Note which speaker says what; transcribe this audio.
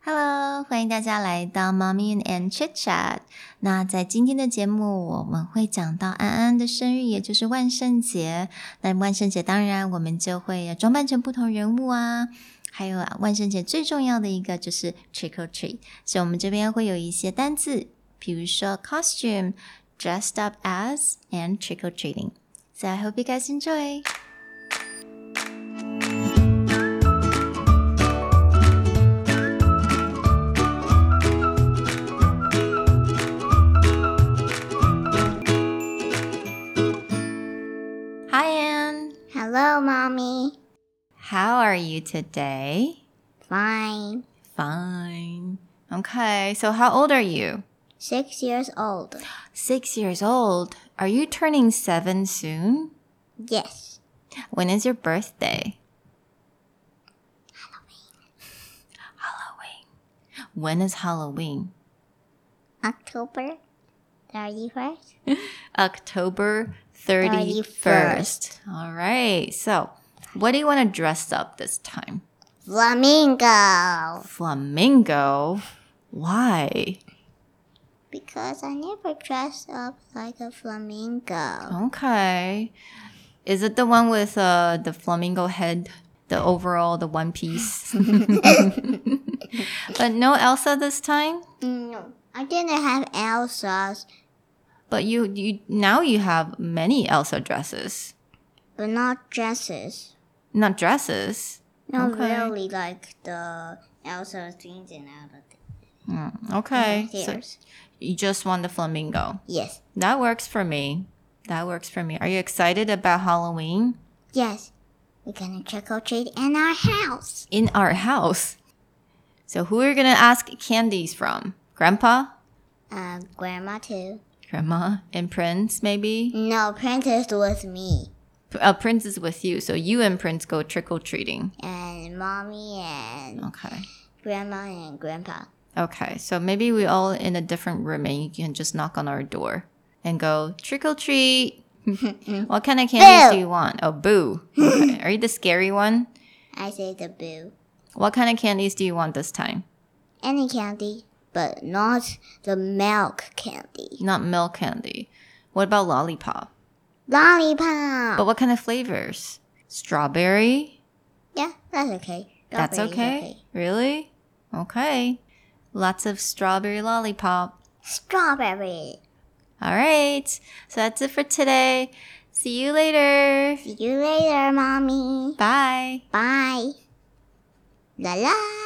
Speaker 1: Hello，欢迎大家来到 Mommy and Chit Chat。那在今天的节目，我们会讲到安安的生日，也就是万圣节。那万圣节当然我们就会装扮成不同人物啊，还有啊，万圣节最重要的一个就是 trick or treat，所以我们这边会有一些单字，比如说 costume、dressed up as and trick or treating。So I hope you guys enjoy. Hi, Anne.
Speaker 2: Hello, mommy.
Speaker 1: How are you today?
Speaker 2: Fine.
Speaker 1: Fine. Okay, so how old are you?
Speaker 2: Six years old.
Speaker 1: Six years old. Are you turning seven soon?
Speaker 2: Yes.
Speaker 1: When is your birthday? Halloween. Halloween. When is Halloween?
Speaker 2: October 31st.
Speaker 1: October 31st.
Speaker 2: 31st.
Speaker 1: All right, so what do you want to dress up this time?
Speaker 2: Flamingo.
Speaker 1: Flamingo? Why?
Speaker 2: Because I never dressed up like a flamingo.
Speaker 1: Okay. Is it the one with uh, the flamingo head, the overall, the one piece? but no Elsa this time?
Speaker 2: No. I didn't have Elsa's,
Speaker 1: But you, you now you have many Elsa dresses.
Speaker 2: but not dresses.
Speaker 1: Not dresses.
Speaker 2: Not
Speaker 1: Okay.
Speaker 2: really like the Elsa things and out of the
Speaker 1: Mm, okay. So
Speaker 2: stairs.
Speaker 1: you just want the flamingo.
Speaker 2: Yes.
Speaker 1: That works for me. That works for me. Are you excited about Halloween?
Speaker 2: Yes. We're gonna trick or treat in our house.
Speaker 1: In our house. So who are you going to ask candies from? Grandpa?
Speaker 2: Uh, grandma too.
Speaker 1: Grandma and Prince, maybe?
Speaker 2: No, Princess was me.
Speaker 1: P- Uh, Prince is with you, so you and Prince go trick or treating.
Speaker 2: and mommy and
Speaker 1: Okay.
Speaker 2: grandma and grandpa.
Speaker 1: Okay, so maybe we all in a different room and you can just knock on our door and go trick or treat. what kind of candies do
Speaker 2: Boo.
Speaker 1: you want? Oh, boo. Okay. Are you the scary one?
Speaker 2: I say the boo.
Speaker 1: What kind of candies do you want this time?
Speaker 2: Any candy, but not the milk candy.
Speaker 1: Not milk candy. What about lollipop? But
Speaker 2: Lollipop.
Speaker 1: what kind of flavors? Strawberry?
Speaker 2: Yeah, that's okay.
Speaker 1: That's
Speaker 2: Strawberry is
Speaker 1: okay. Really? Okay. Lots of strawberry lollipop.
Speaker 2: Strawberry.
Speaker 1: All right. So that's it for today. See you later.
Speaker 2: See you later, mommy.
Speaker 1: Bye.
Speaker 2: Bye. La la.